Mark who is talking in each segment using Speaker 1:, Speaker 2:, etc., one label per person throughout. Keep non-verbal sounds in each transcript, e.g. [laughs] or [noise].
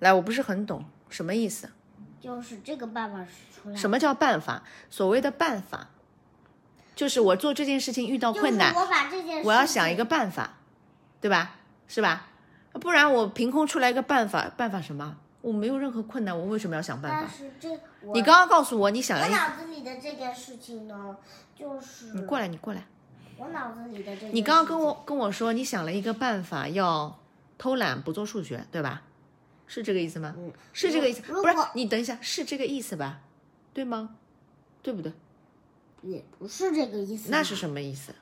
Speaker 1: 来，我不是很懂什么意思，
Speaker 2: 就是这个办法出来。
Speaker 1: 什么叫办法？所谓的办法，就是我做这件事情遇到
Speaker 2: 就是
Speaker 1: 困难，
Speaker 2: 我把这件事
Speaker 1: 我要想一
Speaker 2: 情
Speaker 1: 个办法，对吧？是吧？不然我凭空出来一个办法，办法什么？我没有任何困难，我为什么要想办
Speaker 2: 但
Speaker 1: 法？
Speaker 2: 是这我
Speaker 1: 你刚刚告诉我你想
Speaker 2: 我
Speaker 1: 了一，
Speaker 2: 脑子里的这件事情呢，就是
Speaker 1: 你过来，你过来，
Speaker 2: 我脑子里的这件
Speaker 1: 你刚刚
Speaker 2: 事
Speaker 1: 跟
Speaker 2: 情
Speaker 1: 我跟我说你想了一个办法要偷懒不做数学，对吧？是这个意思吗？
Speaker 2: 嗯
Speaker 1: 是这个意思，
Speaker 2: 如如
Speaker 1: 不是
Speaker 2: 果
Speaker 1: 你等一下，是这个意思吧？对吗？对不对？
Speaker 2: 也不是这个意思，
Speaker 1: 那是什么意思？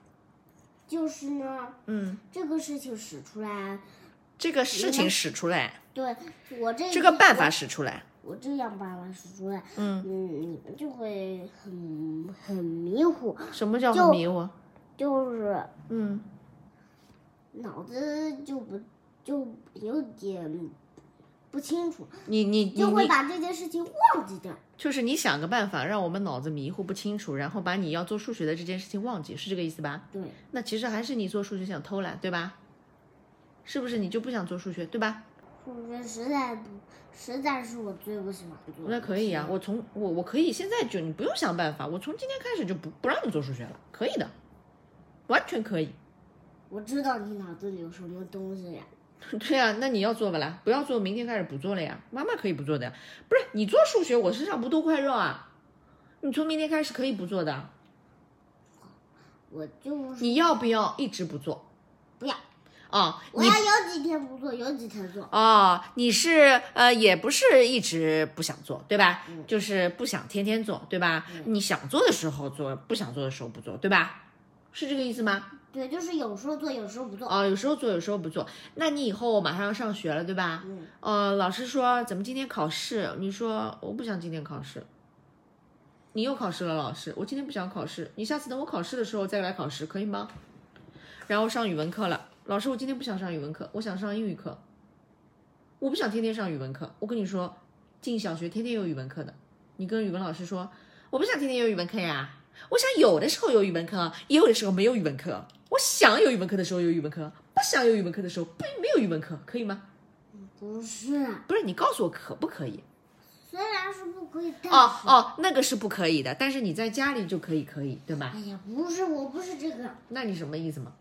Speaker 2: 就是呢，
Speaker 1: 嗯，
Speaker 2: 这个事情使出来，
Speaker 1: 这个事情使出来，
Speaker 2: 对我这
Speaker 1: 这个办法使出来，
Speaker 2: 我这样办法使出来，
Speaker 1: 嗯，
Speaker 2: 嗯，你们就会很很迷糊，
Speaker 1: 什么叫
Speaker 2: 就
Speaker 1: 很迷糊？
Speaker 2: 就是
Speaker 1: 嗯，
Speaker 2: 脑子就不就有点不清楚，
Speaker 1: 你你你
Speaker 2: 就会
Speaker 1: 你，
Speaker 2: 把这件事情忘记掉。
Speaker 1: 就是你想个办法，让我们脑子迷糊不清楚，然后把你要做数学的这件事情忘记，是这个意思吧？
Speaker 2: 对，
Speaker 1: 那其实还是你做数学想偷懒，对吧？是不是你就不想做数学，对吧？
Speaker 2: 数学实在不，实在是我最不喜欢做的。
Speaker 1: 那可以啊，我从我我可以现在就你不用想办法，我从今天开始就不不让你做数学了，可以的，完全可以。
Speaker 2: 我知道你脑子里有什么东西呀、
Speaker 1: [laughs] 对啊，那你要做不啦？不要做，明天开始不做了呀。妈妈可以不做的呀，不是你做数学，我身上不多块肉啊。你从明天开始可以不做的，
Speaker 2: 我就是
Speaker 1: 你要不要一直不做
Speaker 2: 不要，
Speaker 1: 啊？
Speaker 2: 我
Speaker 1: 你
Speaker 2: 要有几天不做，有几天做。
Speaker 1: 哦，你是呃，也不是一直不想做，对吧？就是不想天天做，对吧？你想做的时候做，不想做的时候不做，对吧？是这个意思吗？
Speaker 2: 对，就是有时候做，有时候不做。
Speaker 1: 哦，有时候做，有时候不做。那你以后马上要上学了，对吧？
Speaker 2: 嗯，
Speaker 1: 呃，老师说咱们今天考试，你说我不想今天考试，你又考试了，老师，我今天不想考试，你下次等我考试的时候再来考试，可以吗？然后上语文课了，老师，我今天不想上语文课，我想上英语课，我不想天天上语文课。我跟你说，进小学天天有语文课的，你跟语文老师说，我不想天天有语文课呀，我想有的时候有语文课，也有的时候没有语文课。我想有语文课的时候有语文课，不想有语文课的时候不没有语文课，可以吗？
Speaker 2: 不是，啊
Speaker 1: 不是你告诉我可不可以？
Speaker 2: 虽然是不可以，但
Speaker 1: 哦
Speaker 2: 是，
Speaker 1: 哦，那个是不可以的，但是你在家里就可以，可以，对吧
Speaker 2: 哎？呀，不是，我不是这个，
Speaker 1: 那你什么意思嘛？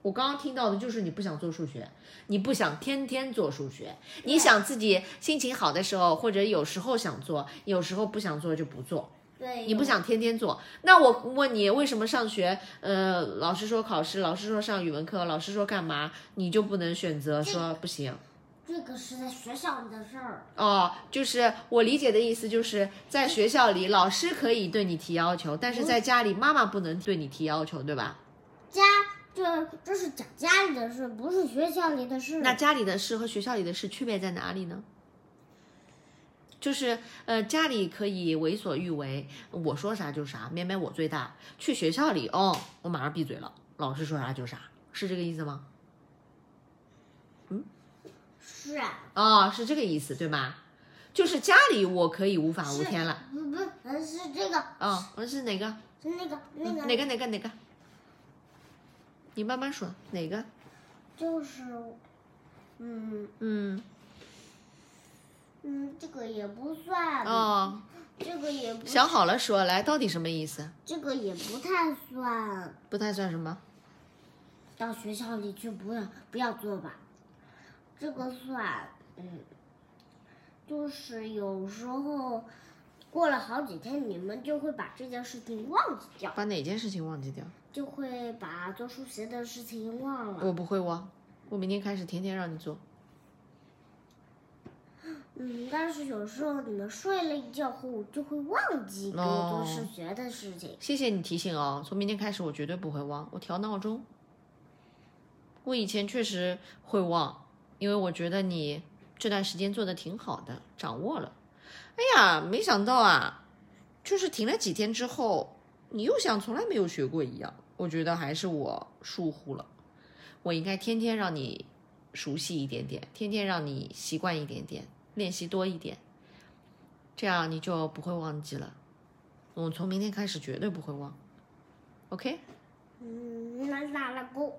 Speaker 1: 我刚刚听到的就是你不想做数学，你不想天天做数学，你想自己心情好的时候，或者有时候想做，有时候不想做就不做，
Speaker 2: 对，
Speaker 1: 你不想天天做。那我问你，为什么上学，呃，老师说考试，老师说上语文课，老师说干嘛，你就不能选择说不行？
Speaker 2: 这个是在学校里的事儿，
Speaker 1: 哦，就是我理解的意思，就是在学校里，老师可以对你提要求，但是在家里，妈妈不能对你提要求，对吧？
Speaker 2: 家这这是讲家里的事，不是学校里的事。
Speaker 1: 那家里的事和学校里的事区别在哪里呢？就是呃，家里可以为所欲为，我说啥就啥，绵绵我最大。去学校里，哦，我马上闭嘴了，老师说啥就啥，是这个意思吗？
Speaker 2: 是啊，
Speaker 1: 哦，是这个意思，对吗？就是家里我可以无法无
Speaker 2: 是
Speaker 1: 天了。
Speaker 2: 不不，呃是这个，
Speaker 1: 哦，是哪个？
Speaker 2: 是那个那个
Speaker 1: 哪个哪个哪个？你慢慢说，哪个？
Speaker 2: 就是，嗯
Speaker 1: 嗯，
Speaker 2: 嗯，这个也不算，
Speaker 1: 哦，
Speaker 2: 这个也不
Speaker 1: 想好了说，来，到底什么意思？
Speaker 2: 这个也不太算。
Speaker 1: 不太算什么？
Speaker 2: 到学校里去不要不要做吧，这个算嗯，就是有时候过了好几天，你们就会把这件事情忘记掉，
Speaker 1: 把哪件事情忘记掉？
Speaker 2: 就会把做数学的事情忘了。
Speaker 1: 我不会忘，我明天开始天天让你做。
Speaker 2: 嗯，但是有时候你们睡了一觉后就会忘
Speaker 1: 哦
Speaker 2: 记给我做数学的事情。
Speaker 1: 谢谢你提醒哦，从明天开始我绝对不会忘，我调闹钟。我以前确实会忘，因为我觉得你这段时间做的挺好的，掌握了。哎呀，没想到啊，就是停了几天之后，你又像从来没有学过一样。我觉得还是我疏忽了，我应该天天让你熟悉一点点，天天让你习惯一点点，练习多一点，这样你就不会忘记了。我从明天开始绝对不会忘，OK？
Speaker 2: 嗯，那咋了够？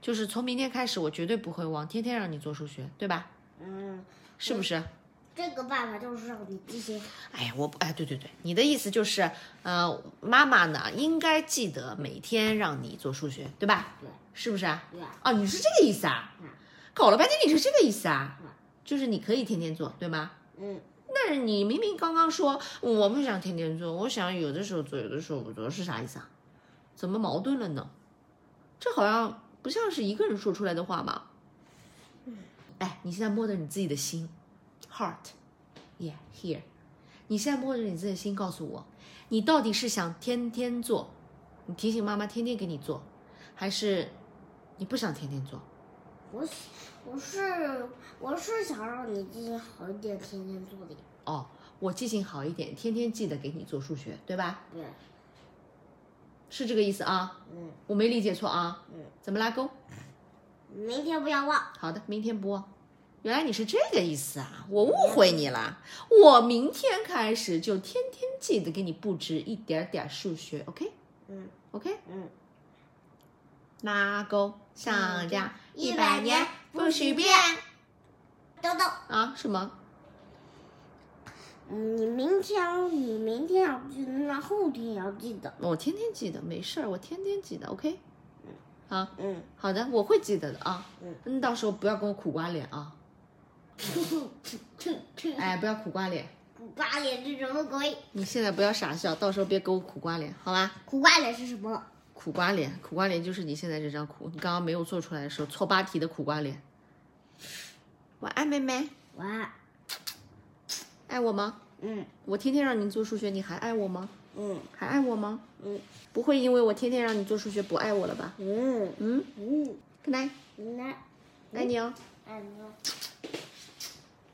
Speaker 1: 就是从明天开始，我绝对不会忘，天天让你做数学，对吧？
Speaker 2: 嗯，
Speaker 1: 是不是？
Speaker 2: 这个办法就是让你记些
Speaker 1: 哎呀，我不哎，对对对，你的意思就是，呃，妈妈呢应该记得每天让你做数学，对吧？
Speaker 2: 对
Speaker 1: 是不是啊？
Speaker 2: 对
Speaker 1: 哦，你是这个意思啊
Speaker 2: 嗯？
Speaker 1: 搞了半天你是这个意思啊
Speaker 2: 嗯？
Speaker 1: 就是你可以天天做，对吗？
Speaker 2: 嗯，
Speaker 1: 但是你明明刚刚说我不想天天做，我想有的时候做，有的时候不做，是啥意思啊？怎么矛盾了呢？这好像不像是一个人说出来的话嘛。哎，你现在摸着你自己的心，heart，yeah here，你现在摸着你自己的心，告诉我，你到底是想天天做，你提醒妈妈天天给你做，还是你不想天天做？
Speaker 2: 我是我是我是想让你记性好一点，天天做的。
Speaker 1: 哦，我记性好一点，天天记得给你做数学，对吧？
Speaker 2: 对，
Speaker 1: 是这个意思啊？
Speaker 2: 嗯
Speaker 1: 我没理解错啊，
Speaker 2: 嗯，
Speaker 1: 怎么拉钩？
Speaker 2: 明天不要忘。
Speaker 1: 好的，明天播。原来你是这个意思啊，我误会你了。我明天开始就天天记得给你布置一点点数学，OK
Speaker 2: 嗯
Speaker 1: OK？
Speaker 2: 嗯，嗯
Speaker 1: 拉钩向量
Speaker 2: 一百年不许变。豆豆，
Speaker 1: 啊？什么？
Speaker 2: 嗯，你明天你明天要记得，那后天也要记得。
Speaker 1: 我天天记得，没事儿，我天天记得，OK？啊，
Speaker 2: 嗯，
Speaker 1: 好的，我会记得的啊。
Speaker 2: 嗯
Speaker 1: 嗯，到时候不要跟我苦瓜脸啊，哎，不要苦瓜脸，
Speaker 2: 苦瓜脸是什么鬼？
Speaker 1: 你现在不要傻笑，到时候别给我苦瓜脸，好吧？
Speaker 2: 苦瓜脸是什么？
Speaker 1: 苦瓜脸，苦瓜脸就是你现在这张苦，你刚刚没有做出来的时候错八题的苦瓜脸。晚安，妹妹，
Speaker 2: 哇，
Speaker 1: 爱我吗？
Speaker 2: 嗯
Speaker 1: 我天天让你做数学，你还爱我吗？
Speaker 2: 嗯
Speaker 1: 还爱我吗？
Speaker 2: 嗯
Speaker 1: 不会因为我天天让你做数学不爱我了吧？
Speaker 2: 嗯
Speaker 1: 嗯
Speaker 2: 嗯，
Speaker 1: ，good night，
Speaker 2: 那
Speaker 1: 爱你哦。
Speaker 2: 哎呦。